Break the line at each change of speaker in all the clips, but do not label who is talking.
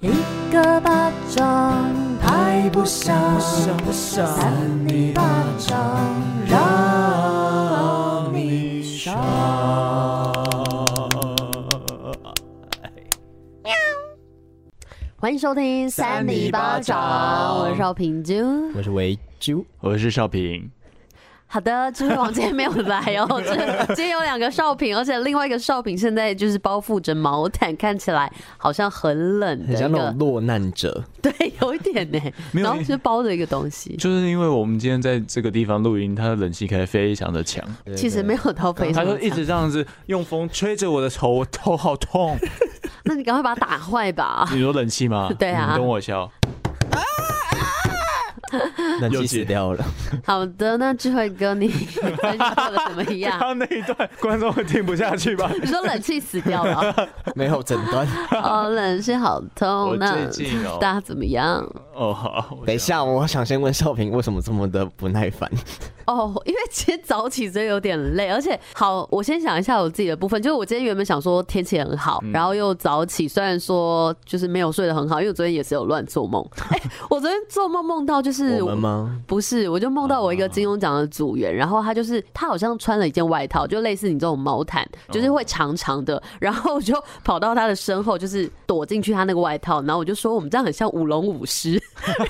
一个巴掌拍不响，
不想
三你巴掌让你伤。欢迎收听《三里巴掌》，我是邵平君。
我是维啾，
我是少平，
好的，朱玉王今天没有来哦，这今天有两个少平，而且另外一个少平现在就是包覆着毛毯，看起来好像很冷
很
的一
像那
个
种，落难者，
对，有一点呢。
没有
然后就包着一个东西，
就是因为我们今天在这个地方录音，它的冷气开得非常的强，
其实没有到非
它
常
就一
强
直这样子用风吹着我的头，我头好痛。
那你赶快把它打坏吧。？
你说冷气吗
对啊
你懂我笑。
冷
有
气
解
死掉了。
好的，那智慧哥你 分手的怎么 样？
刚刚那一段观众会听不下去吧？
你说冷气死掉了，
没有诊断。
哦，冷气好痛
我。
那
最近哦
大家怎么样？
哦，好，我
等一下，我想先问少平为什么这么的不耐烦？
哦，因为今天早起真的有点累，而且好，我先想一下我自己的部分，就是我今天原本想说天气很
嗯
好，然后又早起，虽然说就是没有睡得很好，因为我昨天也是有乱做梦。哎、我昨天做梦梦到就是
我们吗？
不是，我就梦到我一个
啊
金钟奖的组员，然后他就是他好像穿了一件外套，就类似你这种毛毯，
啊
就是会长长的，然后我就跑到他的身后，就是躲进去他那个外套，然后我就说我们这样很像舞龙舞 狮，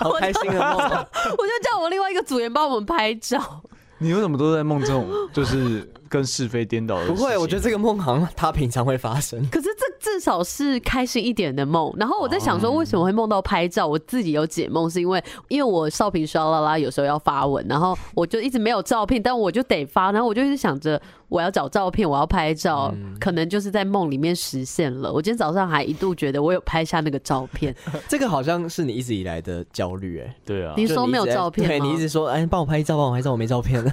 好开心的梦啊，
我就叫我另外一个组员帮我们拍照。
你为什么都在梦这种就是跟是非颠倒的？
不会，我觉得。这个梦好像它平常会发生。
可是这至少是开心一点的梦。然后我在想说，
哦
为什么会梦到拍照？我自己有解梦，是因为因为我少平刷啦啦有时候要发文，然后我就一直没有照片，但我就得发，然后我就一直想着我要找照片，我要拍照，
嗯
可能就是在梦里面实现了。我今天早上还一度觉得我有拍下那个照片，
这个好像是你一直以来的焦虑，哎，
对啊，
你
就
说
一直
没有
在
照片
对
吗
你一直说，哎，帮我拍照，帮我拍照，我没照片 了。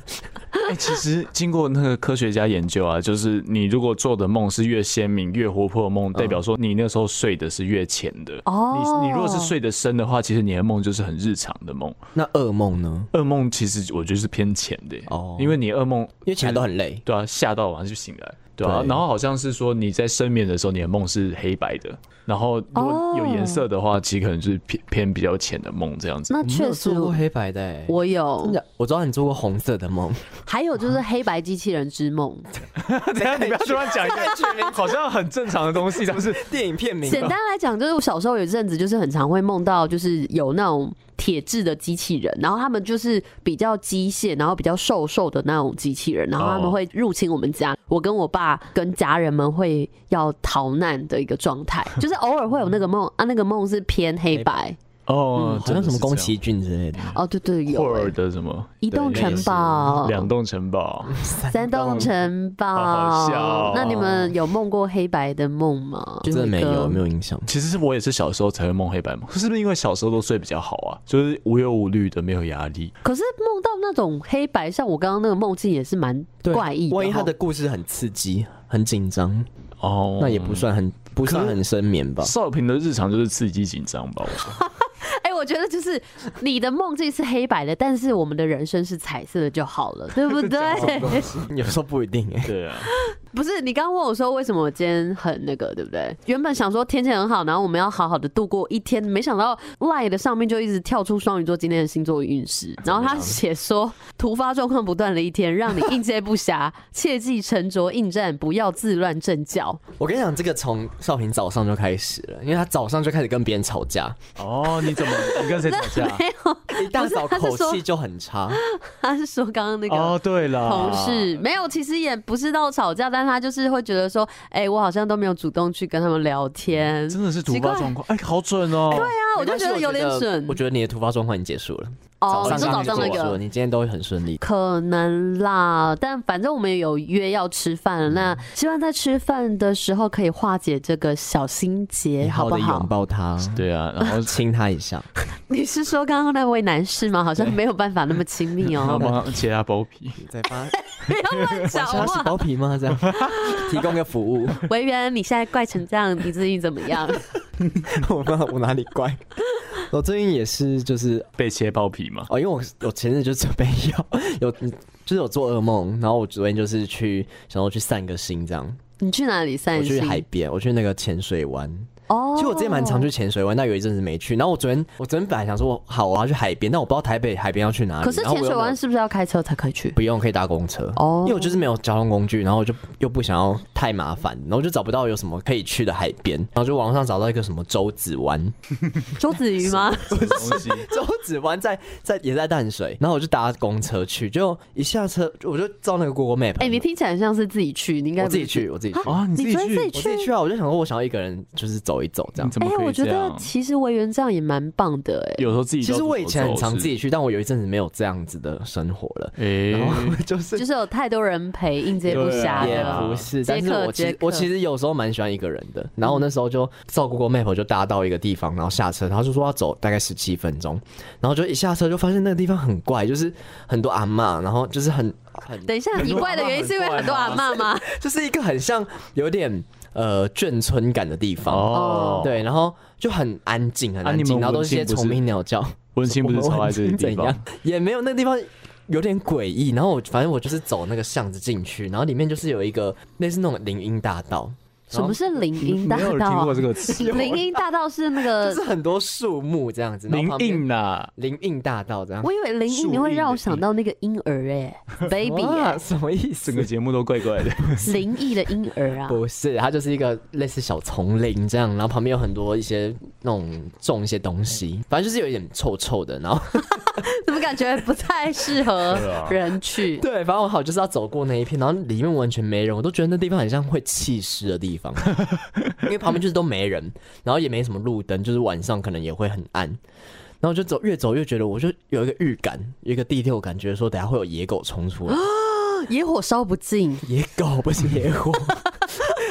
哎、其实经过那个科学家研究啊，就是你如果做的梦是越鲜明、越活泼的梦，代表说你那时候睡的是越浅的。
哦
你你如果是睡得深的话，其实你的梦就是很日常的梦。
那噩梦呢？
噩梦其实我觉得是偏浅的、
哦
哦，因为你噩梦
因为起来都很累。
对啊，吓到晚上就醒来，对啊。
对
然后好像是说你在深眠的时候，你的梦是黑白的，然后如果有颜色的话，其实可能是偏偏比较浅的梦这样子。
那
你没
确
有
实
做过黑白的，哎，
我
真
有，
的，我知道你做过红色的 梦，
还有就是黑白机器人之梦，
等一下你不要突然讲一个好像很正常的东西，但是
电影片名吧
简单来讲，就是我小时候有一阵子，就是很常会梦到，就是有那种铁质的机器人，然后他们就是比较机械，然后比较瘦瘦的那种机器人，然后
哦
他们会入侵我们家。我跟我爸跟家人们会要逃难的一个状 态，就是偶尔会有那个梦啊，那个梦是偏黑白
哦，
好像什么宫崎
崎
骏之类的。
哦，对对，有
霍
欸、
尔的什么
移动城堡、
两栋城堡，
三栋城
好好笑哦
堡。那你们有梦过黑白的梦吗？
哦真的没有没
有。
有印象。
其实是我也是小时候才会梦黑白梦，是不是因为小时候都睡比较好啊？就是无忧无虑的，没有压力。
可是梦到那种黑白，像我刚刚那个梦境也是蛮怪异的哦。
万一他的故事很刺激、很紧张，
哦，
那也不算很不算很深眠吧？
少平的日常就是刺激紧张吧？我觉得
哎、我觉得就是你的梦境是黑白的，但是我们的人生是彩色的就好了，对不对？
有时候不一定
欸
哎、
对啊，
不是，你刚刚问我说为什么我今天很那个，对不对？原本想说天气很好，然后我们要好好的度过一天，没想到 Line 的上面就一直跳出双鱼座今天的星座运势，然后他写说突发状况不断的一天，让你应接不暇， 切记沉着应战，不要自乱阵脚。
我跟你讲，这个从少平早上就开始了，因为他早上就开始跟别人吵 架，
哦，你怎么你跟谁吵架？
没有，
一大早
他是
口
说啊
气就很差。
他是说刚刚 那个
哦，对了，
同
啊
事没有，其实也不是到吵架，但他就是会觉得说，哎、我好像都没有主动去跟他们聊
嗯
天，
真的是突
奇怪
发状况，哎，好准哦。对啊，
那我就
没关
觉
系
得有点准
我觉得你的突发状况已经结束了，
哦，
早
你说
上
早
就
上那
结束了
个。
你今天都很顺利。
可能啦，但反正我们也有约要吃饭了，
嗯
那希望在吃饭的时候可以化解这个小心结，
你
哎好不
的拥
好？
抱他，
对啊，然后
亲他一下。
你是说刚刚那位男士吗？好像没有办法那么亲 密
然后
哦、
帮他切他包皮，
再发，
不要乱讲
他是
话。
包皮吗？这 样 提供个服务。
维园，你现在怪成这样，你最近怎么 样？
我妈，我哪里怪？我最近也是，就是
被切包皮嘛。
哦，因为我我前日就准备要有，就是有做噩梦，然后我昨天就是去想要去散个心，这样。
你去哪里散
我去
心？
海边，我去那个浅水湾，
哦
其实我之前蛮常去浅水湾，但有一阵子没去。然后我昨天，我昨天本来想说，我好我要去海边，但我不知道台北海边要去哪里。
哦可是
然后
浅
我又
水
没
湾
有
是不是要开车才可以去？
不用可以搭公车
哦
因为我就是没有交通工具，然后我就又不想要太麻烦，然后就找不到有什么可以去的海边，然后就网上找到一个什么周子湾，
周子瑜吗？
什么东 西？
周子湾在在也在淡水，然后我就搭公车去，就一下车我就照那个 Google Map，啊
哎、你听起来像是自己去，你应该
我
不
自己
是
去，我自己去。
啊嗯
啊，你自
你
己
昨天
去
自己？
我自己
去哎
去啊！我就想说，我想要一个人就是走一走这样
你。怎么可以
我觉
这
得
样
其实维园这样也蛮棒的哎、
有时候自己
其实
到处
我以前
走
很
走
常自
是
己去，但我有一阵子没有这样子的生活了。
诶，
然后就是
就是有太多人陪，应接不暇
也
的。
不是，
接
但是
客
我其
接
实
客
我其实有时候蛮喜欢一个人的。然后我那时候就
嗯
照 Google Map 我就搭到一个地方，然后下车，然后就说要走大概十七分钟，然后就一下车就发现那个地方很怪，就是很多阿嬷，然后就是很很
等一下，你怪的原因是因为很多阿嬷吗？
就是一个很像有点呃眷村感的地方。
哦，
对，然后就很安静，很
啊
安
你
静，
们
然后都
文
是
青
些
不是
虫鸣鸟叫。
文青不是超爱这个地
怎
方
样？也没有那个地方有点诡异。然后我反正我就是走那个巷子进去，然后里面就是有一个类似那种林荫大道，
什么是林荫大
没有人
道
听
啊
过？这个词，
林荫大道是那
就
个
是，很多树木这样子。然后
林
旁边
荫呐，
林荫大道这样。
我以为林荫
树
你会
荫
让
的
我想
荫
到那个婴儿哎、b a b y
哇
哎、
什么啊意
整个
思？
节目都怪怪的。
灵异的婴儿啊。
不是，它就是一个类似小丛林这样，然后旁边有很多一些那种种一些东西，反正就是有一点臭臭的。然后
怎么感觉不太适合人去？
对，反正我好就是要走过那一片，然后里面完全没人，我都觉得那地方很像会弃尸的地方，因为旁边就是都没人，然后也没什么路灯，就是晚上可能也会很暗。然后我就走，越走越觉得，我就有一个预感，有一个第六感，觉得说等下会有野狗冲出来，
野火烧不尽，
野狗不是野火。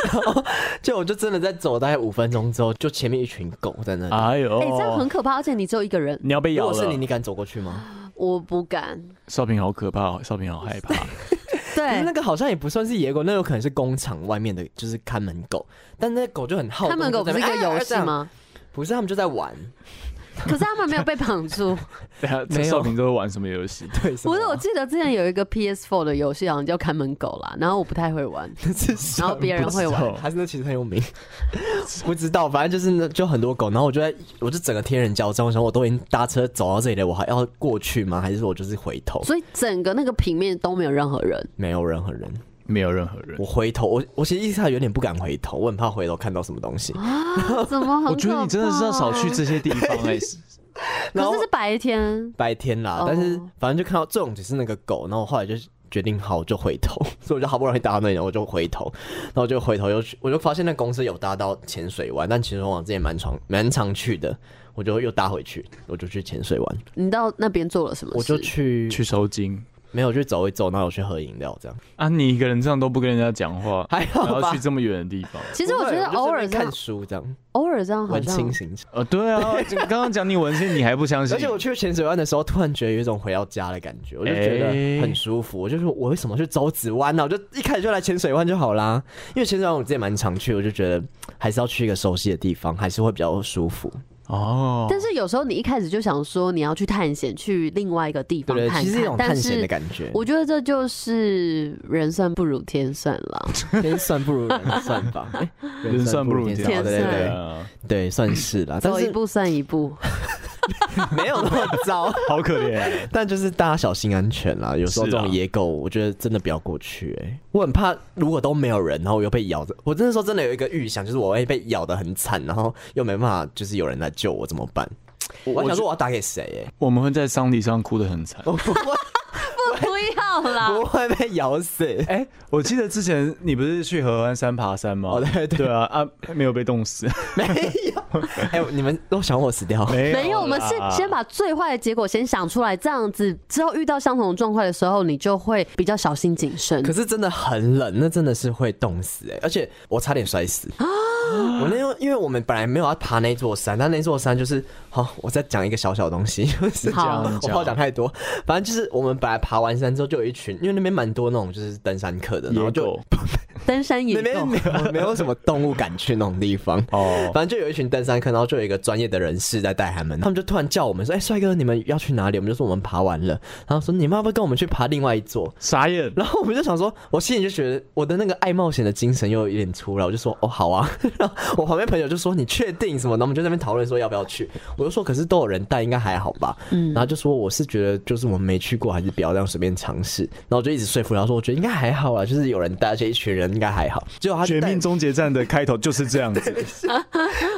然后就我就真的在走大概五分钟之后，就前面一群狗在那里。
哎
哎、这样很
呦，
可怕，而且你只有一个人，
你要被
如
咬
果是你，
了
你。敢走过去吗？
我不敢。
少平好可怕，哦，少平好害怕。
可是
对
那，个好像也不算是野狗，那有可能是工厂外面的，就是看门狗。但那狗就很好动，
看门狗不
就是哦在
一
那
个
边哎
游
啊这
戏
样
吗？
不是，他们就在玩。
可是他们没有被绑住。
等下
没有
啊少平都会玩什么游戏？
对， 什么
不
啊
是，我记得之前有一个 PS4 的游戏，好像叫看门狗啦，然后我不太会玩， 然后别人会
不知
玩
道。
哦还是那其实很有名， 不知道，反正就是那就很多狗，然后我就在，我就整个天人交战，我想我都已经搭车走到这里了，我还要过去吗？还是我就是回头？
所以整个那个平面都没有任何 人，
没有任何人，
没有任何人
我。回头，我我其实意识到有点不敢回头，我很怕回头看到什么东西。
怎么很？
我觉得你真的
啊
是要 少去。这些地方哎、
然
可
后
是是白天，
白天啦
哦，
但是反正就看到这种只是那个狗，然后我后来就决定好我就回头， 所以我就好不容易搭到那里，我就回头，然后我就回头又去，我就发现那公司有搭到浅水湾，但其实我往之前蛮常蛮常去的，我就又搭回去，我就去浅水湾，
你到那边做了什么事？
我就去
去收金
没有去走一走，然后我去喝饮料这样，
啊！你一个人这样都不跟人家讲话，
还好
然后
吧
去。这么远的地 方，
其实我觉得
不会
偶尔这
就在那边
样
看，书这样，
偶尔这样好
文
像
青型。
呃，对啊，就刚刚讲你文青，你还不相 信？
而且我去浅水湾的时候，突然觉得有一种回到家的感觉，我就觉
哎
得很舒服。我就说，我为什么去走紫湾呢、我就一开始就来浅水湾就好啦，因为浅水湾我自己蛮常去，我就觉得还是要去一个熟悉的地方，还是会比较舒服。
哦，
但是有时候你一开始就想说你要去探险，去另外一个地
对
方
不对，
看
其实有一
看，
种
但
探险
是
的感觉，
我觉得这就是人算不如天算了。
天算不如人算吧，哎
人 算不如天
算
对对
天
对
啊，
对，算是啦， 但
走一
是
步算一 步，
没有那么糟，
好可怜。
但就是大家小心安全啦。有时候
是
这
啊
种野狗，我觉得真的不要过去、欸。我很怕，如果都没有人，然后我又被咬着，我真的说真的有一个预想，就是我会被咬的很惨，然后又没办法，就是有人来救我怎么办？我还想说我要打给谁、欸？
我们会在丧礼上哭得很惨。
我不会
不要啦
不会被咬死。欸
哎、我记得之前你不是去合欢山爬山吗？
哦对对
对啊啊，没有被冻死，
没有， 哎、你们都想我死掉？
没有啦
没有，我们是先把最坏的结果先想出来，这样子之后遇到相同的状况的时候，你就会比较小心谨慎
可。是真的很冷，那真的是会冻死哎、而且我差点摔死。我那时候因为我们本来没有要爬那座山，但那座山就是好、我再讲一个小小东西，就是
好
讲 我怕我讲太多。反正就是我们本来爬完山之后，就有一群，因为那边蛮多那种就是登山客的，然后
野
就
狗，
登山
没
野
没
狗，
没有没有什么动物敢去那种地 方。
哦，
反正就有一群登山客，然后就有一个专业的人士在带他们，他们就突然叫我们说：“哎、帅哥，你们要去哪里？”我们就说我们爬完了，然后说你们要不要跟我们去爬另外一座？
傻眼，
然后我们就想说，我心里就觉得我的那个爱冒险的精神又有点出来，我就说哦好啊。 然后我旁边朋友就说你确定什么？然后我们就在那边讨论说要不要去。我就说可是都有人带，应该还好吧。
嗯
然后就说我是觉得就是我们没去过，还是不要这样随便尝试。然后我就一直说服他说我觉得应该还好啊，就是有人带，而且一群人应该还好。结果他就
绝
带
命终结战的开头就是这样子，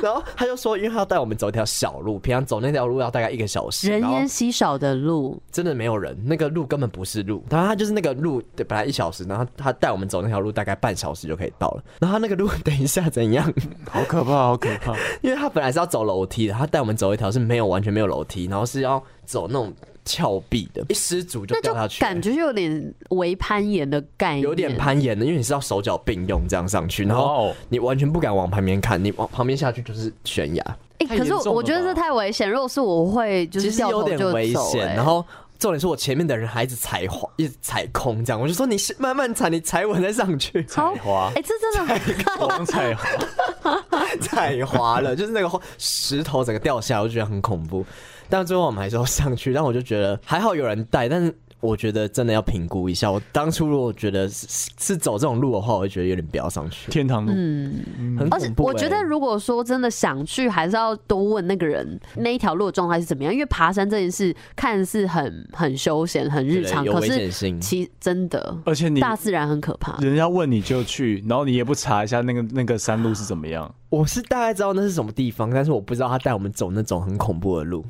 然后他就说，因为他要带我们走一条小路，平常走那条路要大概一个小时，
人
然后
烟稀少的路，
真的没有人，那个路根本不是路。然后他就是那个路，对，本来一小时，然后他带我们走那条路大概半小时就可以到了。然后他那个路等一下怎样？
好可怕，好可怕，
因为他本来是要走楼梯的，他带我们走一条是没有完全没有楼梯，然后是要走那种峭壁的，一失足就
那
掉
就
下去了，
感觉有点为攀岩的概念，
有点攀岩的，因为你是要手脚并用这样上去，然
哇
后
哦
你完全不敢往旁边看，你往旁边下去就是悬崖。
哎、
太
可是
严重
我
了
我觉得
吧
这太危险。如果是我会，就
其
是
实
掉
有
头
点
就
危
走、
险。
哎
然后重点是我前面的人还一直踩滑，一直踩空，这样我就说你是慢慢踩，你踩稳再 上去，
好
滑
哎、这真的很
王彩华，
踩滑了，就是那个石头整个掉下来，我就觉得很恐怖。但最后我们还是要上去，但我就觉得还好有人带，但是。我觉得真的要评估一下。我当初如果觉得是是是走这种路的话，我就觉得有点不要上去，
天堂路，
很
而且
恐怖、欸。
我觉得，如果说真的想去，还是要多问那个人那一条路的状态是怎么样。因为爬山这件事看似很很休闲、很日
对
常，
有
可
危
是
险性
其真的
而且你
大自然很可怕。
人家问你就去，然后你也不查一下那个那个山路是怎么样，
我是大概知道那是什么地方，但是我不知道他带我们走那种很恐怖的路。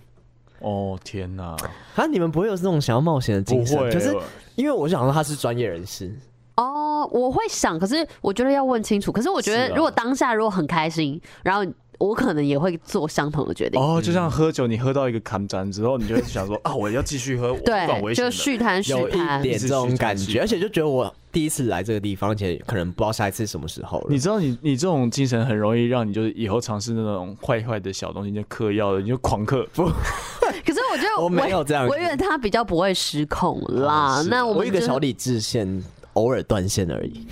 哦天哪，
啊，你们不会有这种想要冒险的精神
不，会
可是因为我想说他是专业人士，
哦，我会想，可是我觉得要问清楚。可是我觉
是
得
啊
如果当下如果很开心，然后我可能也会做相同的决定。
哦，就像喝酒，你喝到一个坎站之后，你就会想说 啊，我要继续喝，我很
对，
危险
就
的。
续谈续
有一
谈。
点这种感
是是
觉，
是
而且就觉得我第一次来这个地方，而且可能不知道下一次什么时候了。
你知道你你这种精神很容易让你就是以后尝试那种坏坏的小东西，你就嗑药了，你就狂嗑。不，
可是我觉得
我没有这样子
我以为他比较不会失控啦。
哦是啊
那我
我
们
有一个
就
小理智线，偶尔断线而已。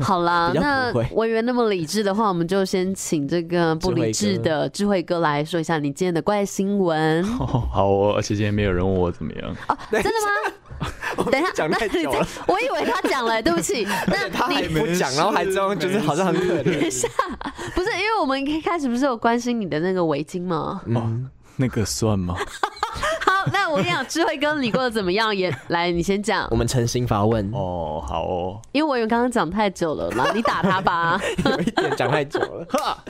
好啦，
比较
那
不会
我以为那么理智的话，我们就先请这个不理智的智慧哥来说一下你今天的怪新 闻
哦、好哦，而且今天没有人问我怎么样。
哦，真的吗？ 等一下，
讲
那
太
你
久
再
了
我以为他讲了，对不起。那
他还
你
不讲，然后还装就是好像很可怜。
不是因为我们一开始不是有关心你的那个围巾吗？
哦，那个算吗？
好，那我跟你讲，智慧哥你过得怎么样？也来，你先讲
我，们诚心发问，
哦，好哦，
因为我以为刚刚讲太久了啦，你打他 吧。
有一点讲太久了。哈，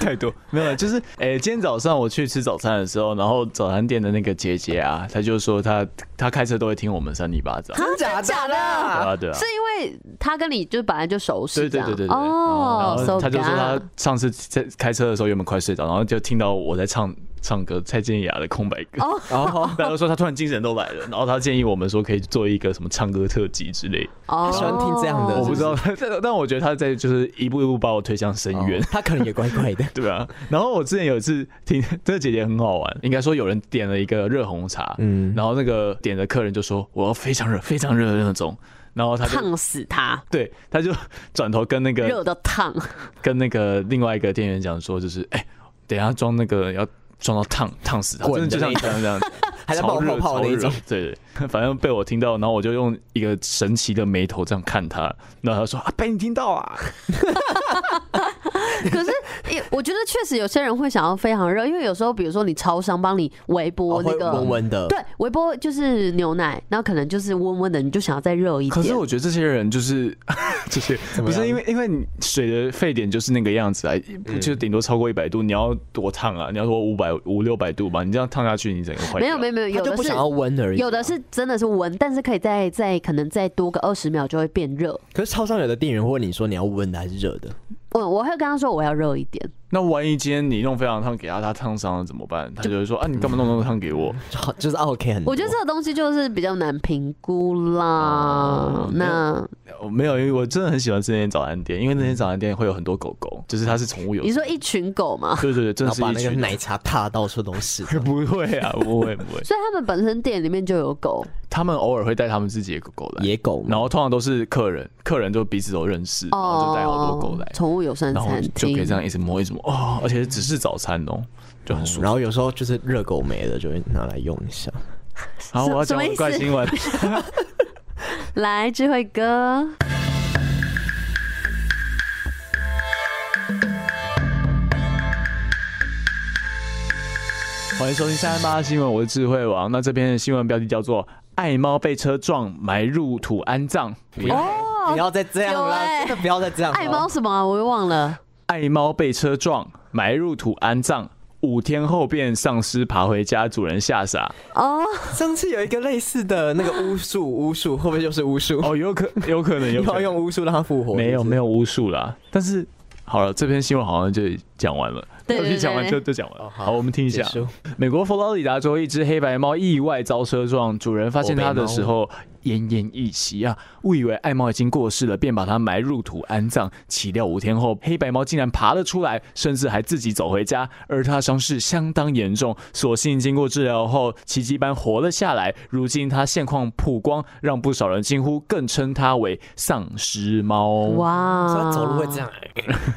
太多没有，啊就是诶、今天早上我去吃早餐的时候，然后早餐店的那个姐姐啊，她就说她她开车都会听我们三里八 掌。
真假
假的
对
啦
啊，对啊
是。因为他跟你就本来就熟识，
对对
这样
对对对
哦
然，
so
后他就说
ga
他上次在开车的时候原本快睡着，然后就听到我在唱唱歌蔡健雅的《空白歌》
哦，
哦，
他就说他突然精神都来了，然后他建议我们说可以做一个什么唱歌特辑之类。
哦，
喜欢听这样的
我不知道，但但我觉得他在就是一步一步把我推向深
哦
渊。
他可能也怪怪的。
对啊，然后我之前有一次听 这个姐姐很好玩，应该说有人点了一个热红茶，嗯，然后那个点的客人就说我要非常热、非常热的那种，然后他就
烫死他，
对他就 转头跟那
热
个
到烫，
跟那个另外一个店员讲说，就是哎、等一下装那个要装到烫烫死他，真
滚
的
的
就像你讲的 那样，
还在
超
冒
热
泡泡的那种
超热对对， 反正被我听到，然后我就用一个神奇的眉头这样看他，然后他说啊被你听到啊，
可是，也我觉得确实有些人会想要非常热，因为有时候，比如说你超商帮你微波
哦
那
会
个，
温温的，
对，微波就是牛奶，然后可能就是温温的，你就想要再热一点。
可是我觉得这些人就是这些，
么
不
样
是因为因为你水的沸点就是那个样子啊，就顶多超过一百度，你要多烫啊？你要说五百五六百度吧，你这样烫下去，你整个坏掉
没有没有没有，
他
有
就
的
不
是
想要温而已。
有的，是真的是温，但是可以再再可能再多个二十秒就会变热。
可是超商有的店员会问你说你要温的还是热的？
我我会跟他说我要热一点，
那万一今天你弄飞扬烫给他，他烫伤了怎么办？他就会说啊，你干嘛弄那么烫给我？
好就是 OK
嗯
很多。
我觉得这个东西就是比较难评估啦。那
我哦没有，因为我真的很喜欢这间早餐店，因为那间早餐店会有很多狗狗，就是它是宠物友
你
善。
说一群狗嘛，
对对对，真
然
的
后把
是一
那个
群。
奶茶踏到处都是，
不会啊，不会不会，
所以他们本身店里面就有狗，
他们偶尔会带他们自己的狗狗 来，
野狗嘛。
然后通常都是客人，客人就彼此都认识，然后就带好多狗来，
哦宠物友善
然后
餐
就可以
厅
这。样一直摸一直摸，哦，而且只是早餐哦，就很舒
嗯
服。
然后有时候就是热狗没了，就会拿来用一下。
然后我要
什
讲
么
我
意
的
思
怪 新闻，
来，智慧哥，
嗯欢迎收听三三八新闻，我是智慧王。那这篇的新闻标题叫做“爱猫被车撞埋入土安葬”，
哦
不要再这样
有
了，
欸
真的不要再这样了。
爱猫什么
嗯
啊？我又忘了。
爱猫被车撞埋入土安葬，五天后便丧尸爬回家，主人吓傻。
哦，
上次有一个类似的那个巫术，巫术会不会就是巫术？
哦，有可有可能有可
要
能
用巫术让它复活？
没有没
有，
有巫术啦，但是好了，这篇新闻好像就讲完了，
对对对
标题讲完
对
就就讲完了。
哦好
好，我们听一
结
下。
束。
美国佛罗里达州一只黑白猫意外遭车撞，主人发现它的时候奄奄一息啊，误以为爱猫已经过世了，便把它埋入土安葬。岂料五天后，黑白猫竟然爬了出来，甚至还自己走回家，而它伤势相当严重，所幸经过治疗后，奇迹般活了下来。如今它现况曝光，让不少人惊呼，更称它为丧尸猫。
所以
哇
它，走路会这样，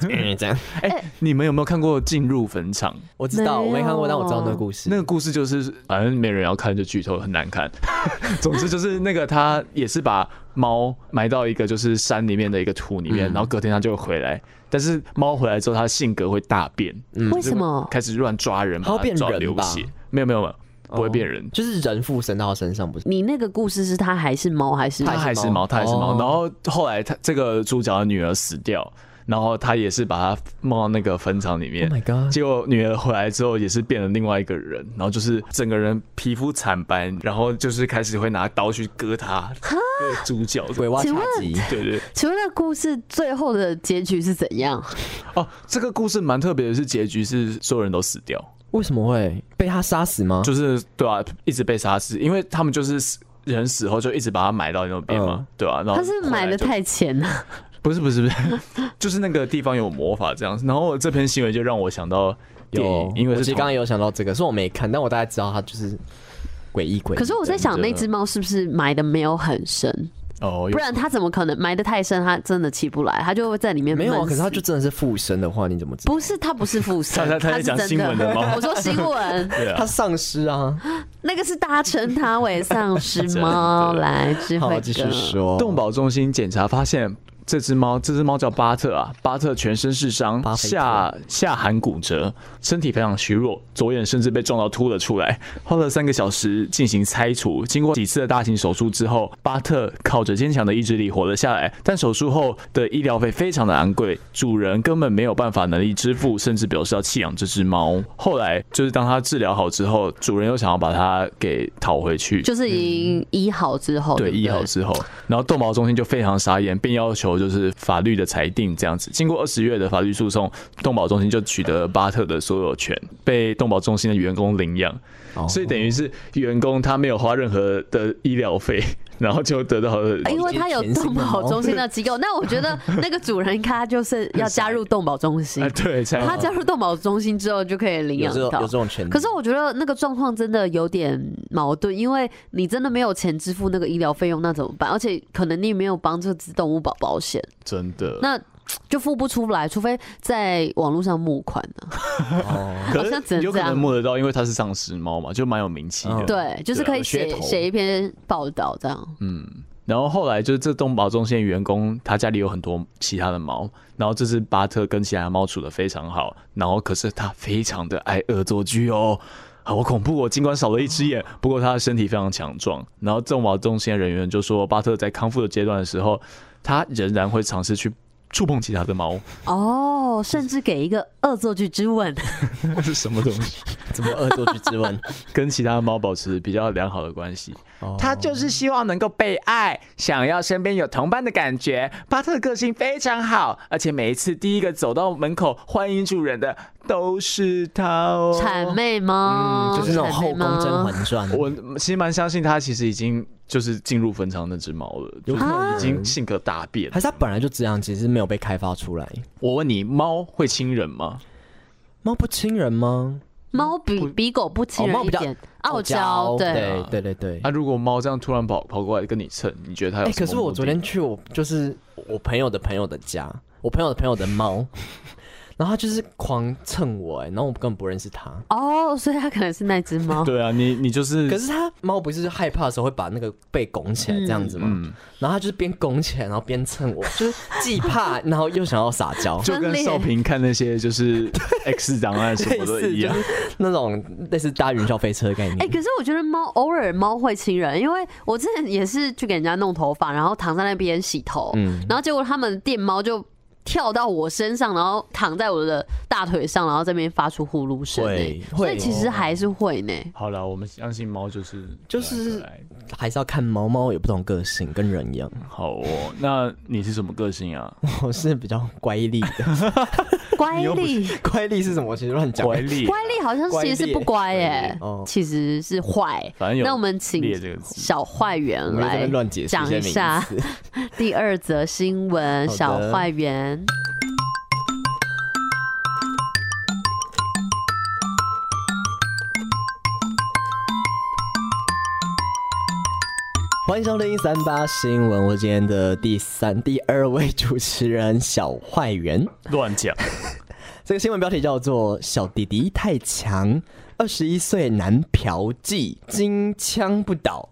嗯 这样。
哎、你们有没有看过《进入坟场》？
我知
没
道，
有
我没看过，但我知道那个故事。
那个故事就是，反正没人要看就剧透，很难 看。总之就是那个他也是把猫埋到一个就是山里面的一个土里面，然后隔天它就会回来。但是猫回来之后，它的性格会大变，
为什么？
开始乱抓人，哦
它会
把它
变
抓
人
流
吧
血。没有没有没有，不会变人。
就是人附身到他身上，不是？
你那个故事是它还是猫还是
他还是猫，他还是猫。
哦
然后后来他这个主角的女儿死掉，然后他也是把她弄到那个坟场里面。
Oh my god
结果女儿回来之后也是变了另外一个人，然后就是整个人皮肤惨白，然后就是开始会拿刀去割他，割主角。
鬼挖
请
卡
问
吉，
对对
请问那故事最后的结局是怎样？
哦，这个故事蛮特别的，是结局是所有人都死掉，
为什么会被他杀死吗？
就是对啊，一直被杀死，因为他们就是死人死后就一直把他埋到那边嘛，
嗯
对啊，然后
它是
后来
买的
就
太浅啊了，
不是不是不是， 就是那个地方有魔法这样。然后这篇新闻就让我想到电
有
影，，因为
我
是
其实
同
刚刚有想到这个，虽然我没看，但我大概知道他就是诡异诡异。
可是我在想那只猫是不是埋的没有很深，
哦，
不然它怎么可能埋的太深，它真的起不来，它就会在里面
没有啊，
闷
可是他
死
就真的是附身的话，你怎么知道？
不是， 它不是附身，
他他他在
是
讲
真
新闻的吗
我说新闻，
对
他
啊，
丧尸啊！
那个是大家称它为丧尸猫，
真的
来智慧
好，继续
哥，
说。
动保中心检查发现。这只猫，这只猫叫巴特啊，巴特全身是伤
巴，菲特
下下颌骨折，身体非常虚弱，左眼甚至被撞到凸了出来，花了三个小时进行拆除。经过几次的大型手术之后，巴特靠着坚强的意志力活了下来，但手术后的医疗费非常的昂贵，主人根本没有办法能力支付，甚至表示要弃养这只猫。后来就是当它治疗好之后，主人又想要把它给讨回去，
就是已经医好之后，
对，
不
医好之后，然后动保中心就非常傻眼，并要求就是法律的裁定这样子。经过二十月的法律诉讼，动保中心就取得了巴特的所有权，被动保中心的员工领养，
哦
所以等于是员工他没有花任何的医疗费，然后就得到了。
啊哎 因为它有
甜心的
动保
猫
中心的机构，那我觉得那个主人他就是要加入动保中心
啊，，对，才
他加入动保中心之后就可以领
有
养
这种有
到
这。种权利，
可是我觉得那个状况真的有点矛盾，因为你真的没有钱支付那个医疗费用，那怎么办？而且可能你也没有帮这只动物保保险，
真的。
那就付不出来，除非在网络上募款啊呢、
哦
好像只
可
能
是有可
这样
能摸得到，因为它是丧尸猫嘛，就蛮有名气的。
嗯
对，就是
对啊
可以
噱
写
头嗯
写一篇报道这样。
然后后来就是这动保中心的员工，他家里有很多其他的猫，然后这只巴特跟其他的猫处的非常好，然后可是它非常的爱恶作剧哦。好恐怖哦！尽管少了一只眼，不过它的身体非常强壮。然后动保中心的人员就说，巴特在康复的阶段的时候，他仍然会尝试去触碰其他的猫，
哦，甚至给一个恶作剧之吻，
是什么东西？
怎么恶作剧之 吻？
跟其他的猫保持比较良好的关系。
哦
他就是希望能够被爱，想要身边有同伴的感觉。巴特的个性非常好，而且每一次第一个走到门口欢迎主人的都是他哦。
谄媚吗？
嗯就是那种
谄媚
后宫《甄
吗
嬛传》，
我其实蛮相信他，其实已经就是进入坟场那只猫了，
有
就
可啊能
已经性格大变。
还是他本来就这样，只是没有被开发出来。
我问你，猫会亲人吗？
猫不亲人吗？
猫比比狗不亲
哦
人
猫
一
比较
点，傲娇，对，
对对对对。
啊，如果猫这样突然跑跑过来跟你蹭，你觉得它有
哎、
什么目的？
可是我昨天去我就是我朋友的朋友的家，我朋友的朋友的猫， 然后他就是狂蹭我、哎，然后我根本不认识他。
哦，所以它可能是那只猫。
对啊，你你就是
可是他猫不是害怕的时候会把那个背拱起来这样子吗？
嗯
然后他就是边拱起来，然后边蹭我，就是既怕，然后又想要撒娇，
就
分
跟
裂
少平看那些就是 X 档案什么
类
的
似
一
就
样
是。那种类似搭云霄飞车的概念。
哎、可是我觉得猫偶尔猫会亲人，因为我之前也是去给人家弄头发，然后躺在那边洗头，
嗯
然后结果他们店猫就跳到我身上，然后躺在我的大腿上，然后这边发出呼噜声、欸
会，
所
哦会
以其实还是会呢、
好了，我们相信猫就是
就是
可爱可
还是要看猫猫有不同个性，跟人一样。
爱好哦。那你是什么个性啊？
我是比较乖戾的，
乖
又不
戾，
乖戾是什么？我其实乱讲。
乖戾，
乖戾好像其实是不乖耶、
乖戾哦
其实是坏。
反正有
那我们请
烈这个字
小坏
我
人
们在那
来
边乱解释
讲
些
一
名
下
词。
第二则新闻，
好的
小坏人。
欢迎收听三八新闻，我今天的第三、第二位主持人小坏人。
乱讲，
这个新闻标题叫做“小弟弟太强，二十一岁男嫖妓金枪不倒，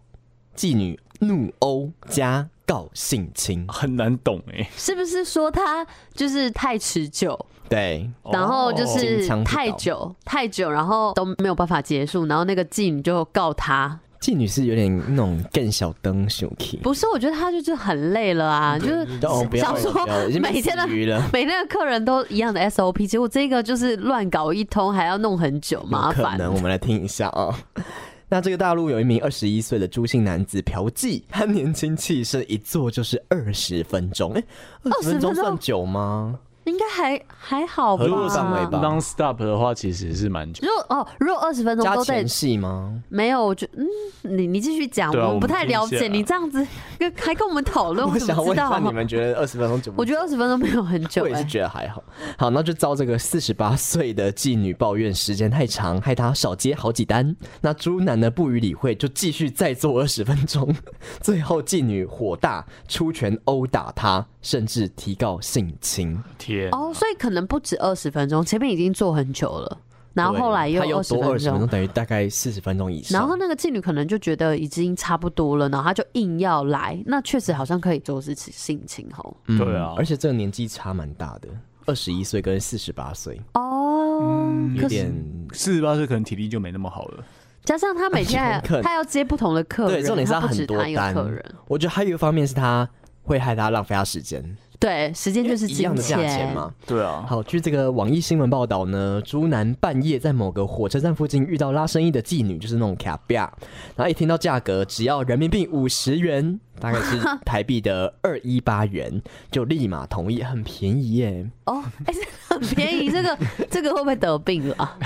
妓女怒殴加告性侵
哦
很难懂哎。
是不是说他就是太持久，”。
对，
然后就
哦
是
金枪不倒
太久太久，然后都没有办法结束，然后那个妓女就告他。
妓女是有点那种更小灯小 k
不是，我觉得他就是很累了啊，就是
哦，不要
想
了
说
不要了已经被
每天的
死鱼了。
每那个客人都一样的 SOP，结果这个就是乱搞一通，还要弄很久，麻
有
烦
可。能我们来听一下啊、 那这个大陆有一名二十一岁的朱姓男子嫖妓，他年轻气盛，一坐就是二十分钟。哎、二
20
十分钟
分钟
算久吗？
应该还还好吧？
合理范围吧
non stop 哦的话，其实是蛮久。
如果哦，如果二十分钟
加
都在
前戏吗？
没有，我就嗯，你你继续讲，
对啊
们不太了
我们
解，
听一下
你这样子跟还跟我们讨论，
我
怎
想
么
问
知
一下，
道？
你们觉得二十分钟久不久？
我觉得二十分钟没有很久
我也
哎、
是觉得还好。好，那就遭这个四十八岁的妓女抱怨时间太长，害她少接好几单。那朱男呢不予理会，就继续再做二十分钟。 最后妓女火大，出拳殴打他，甚至提告性侵。
天
哦，所以可能不止二十分钟，前面已经做很久了，然后后来
对他
又
又
二十
多
分
20分
钟
钟，，等于大概四十分钟以上。
然后那个妓女可能就觉得已经差不多了，然后她就硬要来，那确实好像可以说是性情吼。
嗯
对啊
而且这个年纪差蛮大的，二十一岁跟四十八岁，
哦，
嗯有
可是
点。
四十八岁可能体力就没那么好了。
加上她每天还
有可能
她要接不同的客人，
对，重点是
她
他
不止
很多
她一个
单
客人，。
我觉得还有一方面是他会害他浪费他时间，
对，时间就是
一样
金
的价钱嘛。
对 啊，
好，据这个网易新闻报道呢，朱男半夜在某个火车站附近遇到拉生意的妓女，就是那种卡比亚，然后一听到价格只要人民币五十元，大 概是台币的二一八元，就立马同意，很便宜耶。
哦， 哎、这很便宜，这 个这个会不会得病了、啊？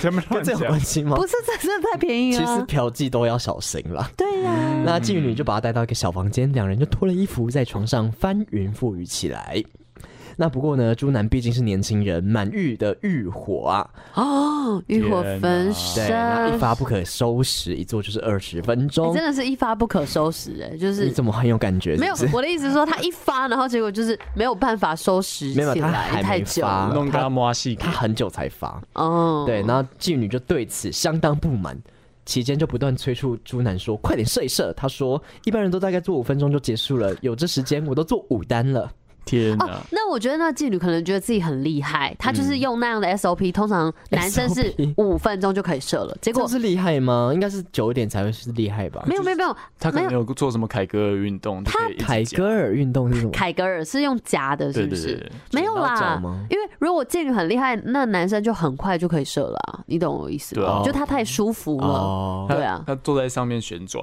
咱们
跟
乱
这有
讲
关。系吗？
不是，这真的太便宜
其
了啊、
实嫖妓都要小心啦。
对呀、
那妓女就把他带到一个小房间，两人就脱了衣服，在床上翻云覆雨起来。那不过呢，朱男毕竟是年轻人，满狱的欲火啊，
哦，欲火
天
焚
哪
身
对，，那一发哦不可收拾，一坐就是二十分
你
钟。
哎真的是一发不可收拾、哎，就
你
是
怎么很有感觉是
没有
不是？
我的意思是说，他一发，然后结果就是没有办法收拾起
没有他
来，
还
太
没
久
发
了，
弄个摸戏，
他很久才发，
哦，
对，那妓女就对此相当不满。期间就不断催促朱男说：“快点射一射。”他说：“一般人都大概做五分钟就结束了，有这时间我都做五单了。
天啊哪、
哦，那我觉得那妓女可能觉得自己很厉害，她就是用那样
嗯
的 SOP，、通常男生是
SOP
五分钟就可以射了，结
这
果
是厉害吗？应该是九点才会是厉害吧？
没有没有没有，
他可
没
能有做什么凯格尔运动，就可以一直
凯
讲
格尔运动是什么？
凯格尔是用夹的，是
对
不
对
是？
对对，
没有
剪刀脚
啦
吗，
因为如果妓女很厉害，那男生就很快就可以射了啊、你懂我意思
对
吗？
啊
就他太舒服了，
哦
对啊，
他坐在上面旋转，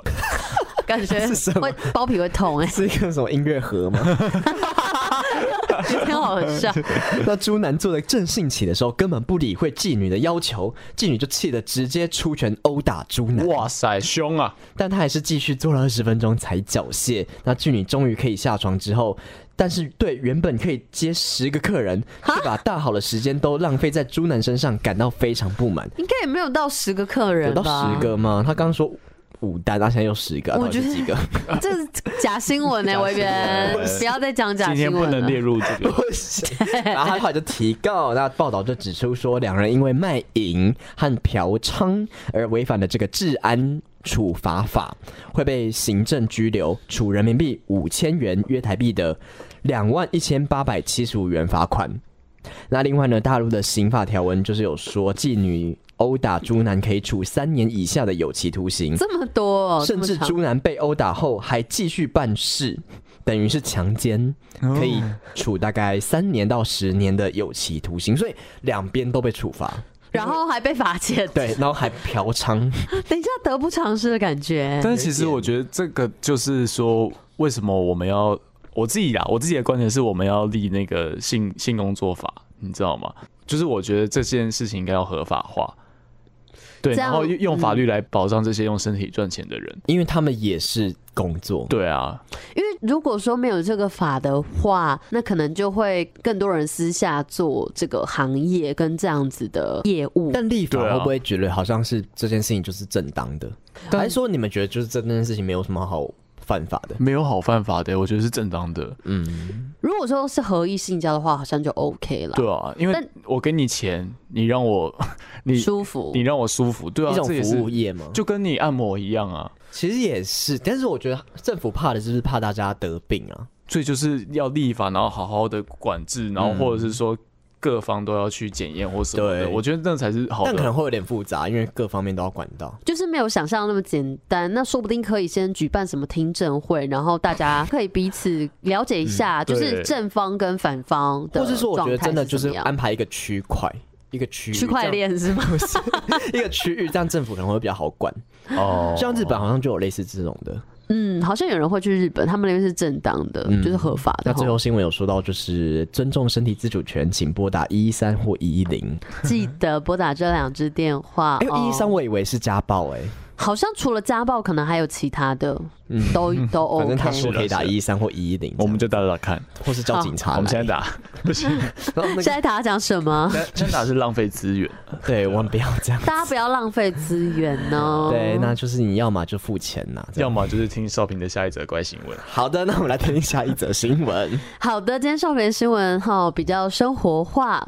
感觉
是什么
会包皮会痛 哎、
是一个什么音乐 盒吗？
挺好笑。
那猪男做的正兴起的时候，根本不理会妓女的要求，妓女就气得直接出拳殴打猪男。
哇塞，凶啊！
但他还是继续做了二十分钟才缴械。那妓女终于可以下床之后，但是对原本可以接十个客人，却把大好的时间都浪费在猪男身上，感到非常不满。
应该也没有到十个客
有
人
到
吧？
十，个吗？他刚说五单，他现在又十个，
我
到底是
觉得
几个？
这是假新闻呢、欸，
假 新闻
维边，不要再讲假
今天
新
不
闻
能列
了。
入这个。
不行。然后他后来就提告，那报道就指出说，两人因为卖淫和嫖娼而违反了这个治安处罚法，会被行政拘留，处人民币五千元（约台币的两万一千八百七十五元）罚款。那另外呢，大陆的刑法条文就是有说，妓女殴打猪男可以处三年以下的有期徒刑，
这么多，
甚至
哦这么长
猪男被殴打后还继续办事， 等于是强奸，
哦
可以处大概三年到十年的有期徒刑，所以两边都被处罚。
然后还被罚钱，
对，然后还嫖娼，
等一下得不偿失的感觉。
但是其实我觉得这个就是说，为什么我们要我自己啦，我自己的观点是我们要立那个性性工作法，你知道吗？就是我觉得这件事情应该要合法化，对，
这样嗯
然后用用法律来保障这些用身体赚钱的人。
因为他们也是工作。
对啊，
因为如果说没有这个法的话，那可能就会更多人私下做这个行业跟这样子的业务。
但立法
对啊
会不会觉得好像是这件事情就是正当的？还是说你们觉得就是这件事情没有什么好犯法的？
没有好犯法的，我觉得是正当的。
如果说是合意性交的话，好像就 OK 了，
对啊，因
但
为我给你钱，你让我， 你
舒服
你。让我舒服，对啊，
一种
这也
服务
是
业吗？
就跟你按摩一样啊。
其实也是，但是我觉得政府怕的就是怕大家得病啊。
所以就是要立法，然后好好的管制，然后或者是说各方都要去检验或什么的。
对
我觉得那才是好
但可能
的。
会有点复杂，因为各方面都要管到。
就是没有想象那么简单，那说不定可以先举办什么听证会，然后大家可以彼此了解一下，就
对
是正方跟反方的
嗯或是说，我觉得
状态
真的就是
怎么样
安排一个区块，一个区域
区块，链是吗？
这样不是一个区域，这样政府可能会比较好管。
哦
像日本好像就有类似这种的。
嗯，好像有人会去日本，他们那边是正当的，就是合法的
嗯那
吼。
最后新闻有说到，就是尊重身体自主权，请拨打一一三或一一零。
记得拨打这两支电话。
哎，一一
哦
三我以为是家暴哎，
好像除了家暴，可能还有其他的，都都
嗯反
哦 OK。
正他说可以打一一三或一一零，
我们就打打看，
或是叫警察。
我们现在，打，不行，
然后
现
那个
在大家讲什么？
现在打是浪费资源。
对，我们不要这样。
大家不要浪费资源哦。
对，那就是你要么就付钱呐。这样
要么就是听少平的下一则怪新闻。
好的，那我们来听下一则新闻。
好的，今天少年新闻哈比较生活化。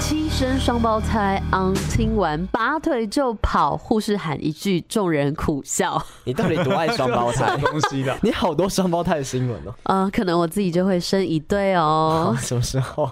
七生双胞胎昂亲完拔腿就跑，护士喊一句，众人苦笑。
你到底多爱双胞胎？
东西的
你好多双胞胎的新闻哦。
呃，可能我自己就会生一对哦。
什么时候？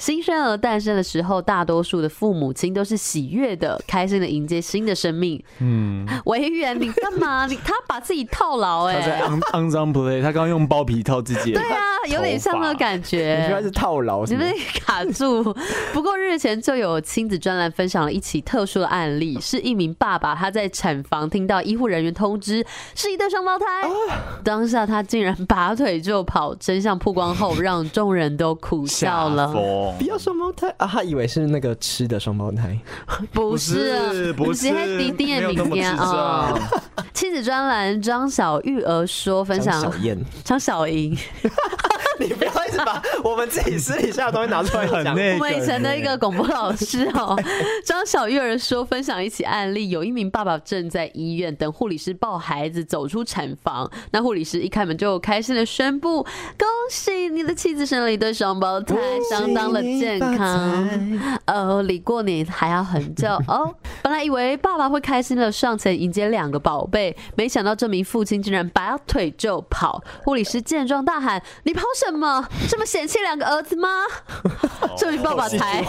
新生儿诞生的时候，大多数的父母亲都是喜悦的、开心的迎接新的生命。嗯，维园，你干嘛？你他把自己套牢哎、
他在 肮肮脏 play，他刚刚用包皮套自己的头
对
发。
啊，有点像那个感
你居然
觉。
是套牢
你
什么
们？卡住。 不过日前就有亲子专栏分享了一起特殊的案例，是一名爸爸他在产房听到医护人员通知是一对双胞胎，
啊
当下他竟然拔腿就跑。真相曝光后，让众人都苦笑了。
疯
不要双胞胎啊！他以为是那个吃的双胞胎，
不是，
不
是
是，
滴滴
没
的
有那
明
么智
天啊。
障
哦妻子专栏张小玉儿说分
张
享
小燕，
张小莹，
你不要一直把我们自己私底下的东西拿出来
很
讲。
内
我们以
梗
前的
欸
一个广播老师哦，张小玉儿说，分享一起案例，有一名爸爸正在医院等护理师抱孩子走出产房，那护理师一开门就开心的宣布：“恭喜你的妻子生了一对双胞胎，相当的健康。”哦，离过年还要很久哦。本来以为爸爸会开心的上前迎接两个宝贝，没想到这名父亲竟然拔腿就跑。护理师见状大喊：“你跑什么？这么嫌弃两个儿子吗？”
哦
这名爸爸才，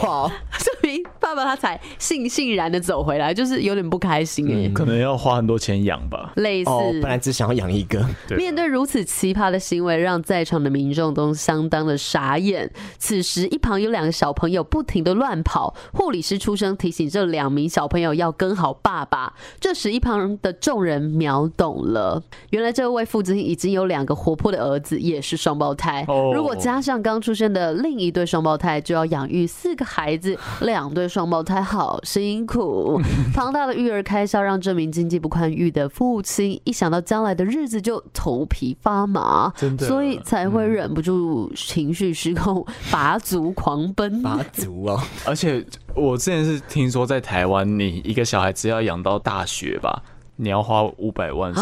这名爸爸他才悻悻然的走回来，就是有点不开心哎、
可能要花很多钱养吧。
类似、
嗯哦，本来只想要养一个，
对
面对如此奇葩的行为，让在场的民众都相当的傻眼。此时，一旁有两个小朋友不停的乱跑，护理师出声提醒这两名小朋友要跟好爸爸。这时，一旁的众人秒懂了，原来这位父亲已经有两个活泼的儿子，也是双胞胎。
哦
如果加上刚出生的另一对双胞胎，就要养育四个孩 子，两对双胞胎好辛苦。庞大的育儿开销让这名经济不宽裕的父亲一想到将来的日子就头皮发麻，
真的
所以才会忍不住情绪失控，拔足狂 奔。
拔足 哦，
而且我之前是听说，在台湾，你一个小孩子要养到大学吧，你要花五百万，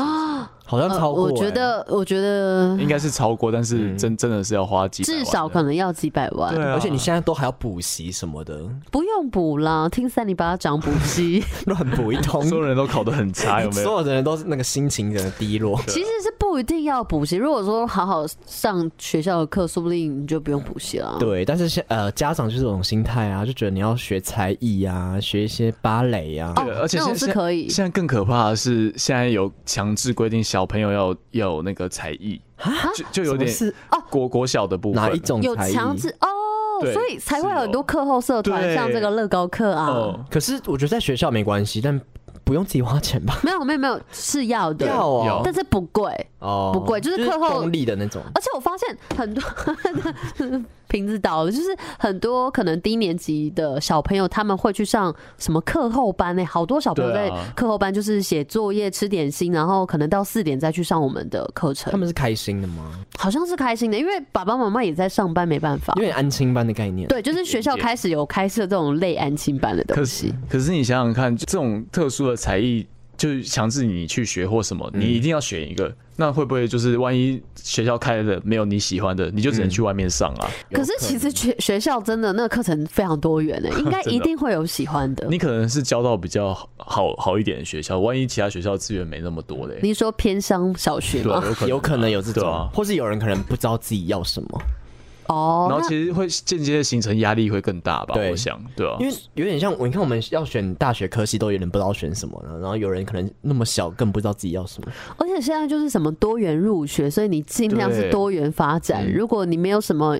好像
呃
超过、
我
欸
觉得，我觉得
应该是超过，但
嗯
是真真的是要花几百万
至
的
少呃可能要几百万，
对啊，
而且你现在都还要补习什么 的，
不用补啦，听三里八掌补 习。
乱补一通，
所有人都考得很差，有
哎
没有？
所有的人都是那个心情真的低 落。
其实是不一定要补习，如果说好好上学校的课，说不定你就不用补习了。
对，但是现呃，家长就是这种心态啊，就觉得你要学才艺啊，学一些芭蕾啊，
哦
对，而且
那
现
种是可以
现在更可怕的是，现在有强制规定小朋友要要有那个才艺，就就有点
什么是
哦
国国小的部分
哪一种
有
才艺？
强制哦，
对
所以才会
是有哦
有很多课后社团，
对
像这个乐高课啊。
哦，
可是我觉得在学校没关系，但不用自己花钱吧？
没有没有没有是要的，
要哦
但是不贵。
哦，
不贵就是课后
公立的那种。
而且我发现很多 瓶子倒了，就是很多可能低年级的小朋友他们会去上什么课后班呢、好多小朋友
对
在
啊
课后班就是写作业、吃点心，然后可能到四点再去上我们的课程
他。们是开心的吗？
好像是开心的，因为爸爸妈妈也在上班，没办法
有。点安亲班的概念。
呃对，就是学校开始有开设这种类安亲班的
可
东
是
西。
可是你想想看，这种特殊的才艺，就是强制你去学或什么，
嗯
你一定要选一个，那会不会就是万一学校开的没有你喜欢的，你就只能
嗯
去外面上啊？
可是其实学学校真的那个课程非常多元 的、应该
真的
一定会有喜欢的。
你可能是交到比较好好好一点的学校，万一其他学校资源没那么多嘞，
您说偏乡小学
对啊，
吗？
有可能啊
有可能有这
对
种，
啊
或是有人可能不知道自己要什么，
哦，
然后
那
其实会间接的形成压力会更大吧？
对
我想，对啊，
因为有点像我，你看我们要选大学科系都有点不知道选什么了，然后有人可能那么小更不知道自己要什么，
而且现在就是什么多元入学，所以你尽量是
对
多元发展。如果你没有什么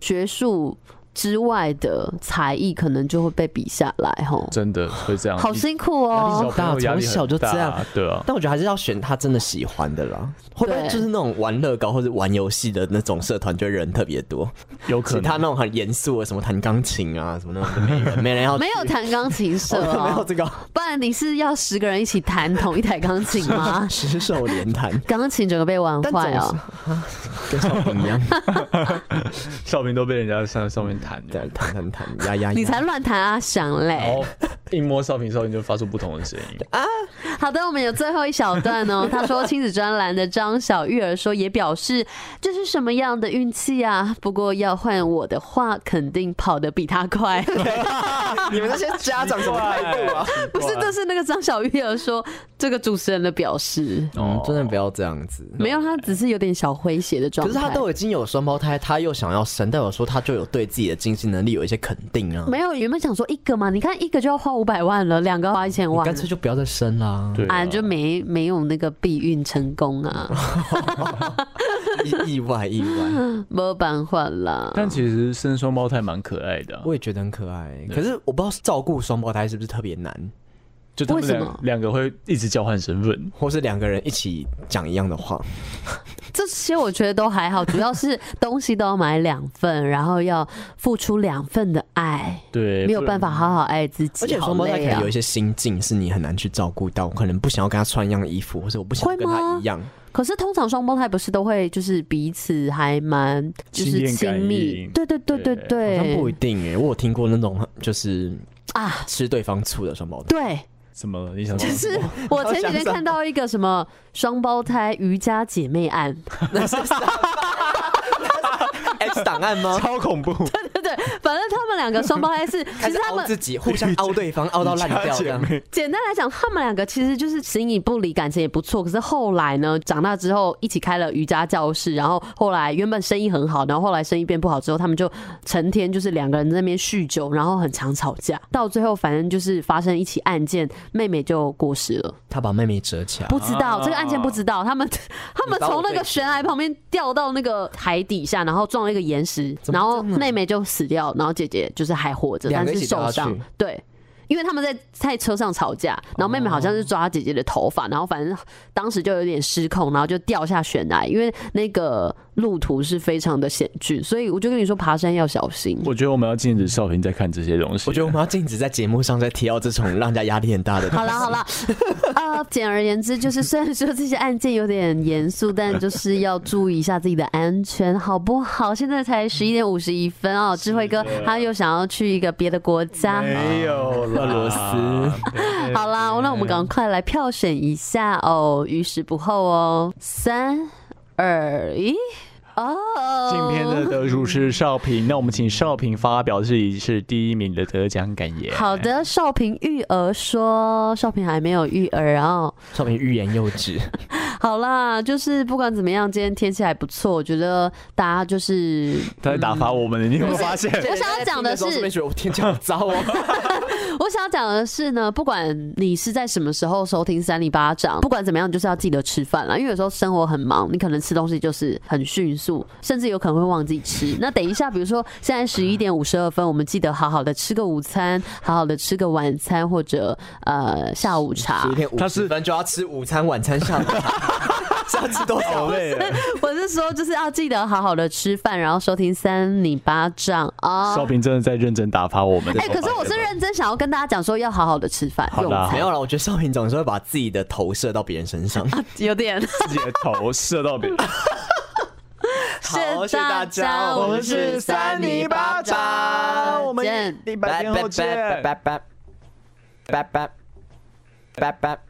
学术之外的才艺，可能就会被比下来吼。
真的会这样，
好辛苦哦、
小朋友压力很
从小就这样
大，对啊。
但我觉得还是要选他真的喜欢的啦，会不会
对
就是那种玩乐高或者玩游戏的那种社团，就人特别多，
有可
其
能
他那种很严肃的什么弹钢琴啊什么那种，没人没人要去，
没有弹钢琴社、
哦 没有
哦，
这个？
不然你是要十个人一起弹同一台钢琴吗，
十手连弹
钢琴整个被玩
但
坏
哎
总
哦、
是 跟小品一样，
少平都被人家上上面弹，
对，弹弹弹，压压，
你
压
才乱弹阿翔
然
嘞！
后一摸少平，少平就发出不同的声 音。
啊
好的，我们有最后一小段哦。他说亲子专栏的张小玉儿说，也表示这是什么样的运气啊？不过要换我的话，肯定跑得比他 快。
你们那些家长什么态度啊？
哎
不是，这是那个张小玉儿说这个主持人的表示，
嗯，真的不要这样子。
没有，他只是有点小诙谐的状
可
态。
是他都已经有双胞胎，他又想要生，代表说他就有对自己的经济能力有一些肯定啊。
没有原本想说一个嘛，你看一个就要花五百万了，两个花一千万
干。脆就不要再生啦。
对
啊，
啊，
就没没有那个避孕成功 啊，
意意外意 外，
没办法啦。
但其实生双胞胎蛮可爱的啊，
我也觉得很可爱。可是我不知道照顾双胞胎是不是特别难，
就他们
为什么
两两个会一直交换身份。
或是两个人一起讲一样的话。
这些我觉得都还好，主要是东西都要买两份，然后要付出两份的爱，
对，
没有
不
办
然
法好好啊爱自己，
而且双胞胎可能有一些心境是你很难去照顾到，可能不想要跟他穿一样的衣服，或者我不想要跟
会吗
他一样。
可是通常双胞胎不是都会就是彼此还蛮就是
亲
亲
密感
密
应，
对对对对
对
好像不一
对
定哎、我有听过那种就是
啊，
吃对方醋的双胞 胎，
对，
什么？你想
就
说
是我前几天看到一个什么双胞胎瑜伽姐妹案，
那是啥 X 哎档案吗？
超恐 怖，
对对，反正他们两个双胞胎是，
还
其
是
实他
凹
们
自己，互 相凹对方，凹到烂掉这
姐
样。
妹
简单来讲，他们两个其实就是形影不离，感情也不错。可是后来呢，长大之后一起开了瑜伽教室，然后后来原本生意很好，然后后来生意变不好之后，他们就成天就是两个人在那边酗酒，然后很常吵架，到最后反正就是发生一起案件，妹妹就过世了。
他把妹妹折起来，啊
不知道、这个案件不知道， 他们他们
你把我
从那
对
个悬崖旁边掉到那个海底下，然后撞了一个岩石，
怎么
然后
这样
妹妹就死掉，然后姐姐就是还活着，
两
但
个一
是
起掉
受
下
伤
去。
对，因为他们在在车上吵架，然后妹妹好像是抓姐姐的头
哦
发，然后反正当时就有点失控，然后就掉下悬崖，因为那个路途是非常的险峻，所以我就跟你说爬山要小心。
我觉得我们要禁止少平在看这些东西。
我觉得我们要禁止在节目上再提到这种让人家压力很大的。
好啦好 啦，呃，简而言之，就是虽然说这些案件有点严肃，但就是要注意一下自己的安全，好不好？现在才十一点五十一分哦，智慧哥他又想要去一个别的国家。
嗯没有啦
俄罗
啊
斯，
好啦，那我们赶快来票选一下哦，于时不候哦，三二一，哦，
今天的得主是少平，那我们请少平发表自己是第一名的得奖感言。
好，的，少平育儿说，少平还没有育儿哦。
少平欲言又止，
好啦，就是不管怎么样，今天天气还不错，我觉得大家就是
他在打发我们，你有没有发现？
我想要讲的是
在听时候顺便觉得我天气好糟 哦。
我想讲的是呢，不管你是在什么时候收听三零八掌，不管怎么样，你就是要记得吃饭啦。因为有时候生活很忙，你可能吃东西就是很迅速，甚至有可能会忘记吃。那等一下，比如说现在十一点五十二分，我们记得好好的吃个午餐，好好的吃个晚餐或者呃下午茶
十一。点五十分就要吃午餐、晚餐、下午 茶，是要吃多少？
累了。
我是说，就是要记得好好的吃饭，然后收听三零八掌啊。
少平真的在认真打发我们。
哎、可是我是认真想要跟大家讲说，要好好的吃饭
好
用
啦
餐
没，有了，我觉得少平总是会把自己的投射到别人身上。
有点。
自己的头射到别人。
好，谢谢大
谢谢大
家，
家
哦
我
我们
们
是
是
三
三
泥
泥
巴
巴
掌
掌，
我们
见
礼拜天后见。
拜拜拜拜拜拜拜拜。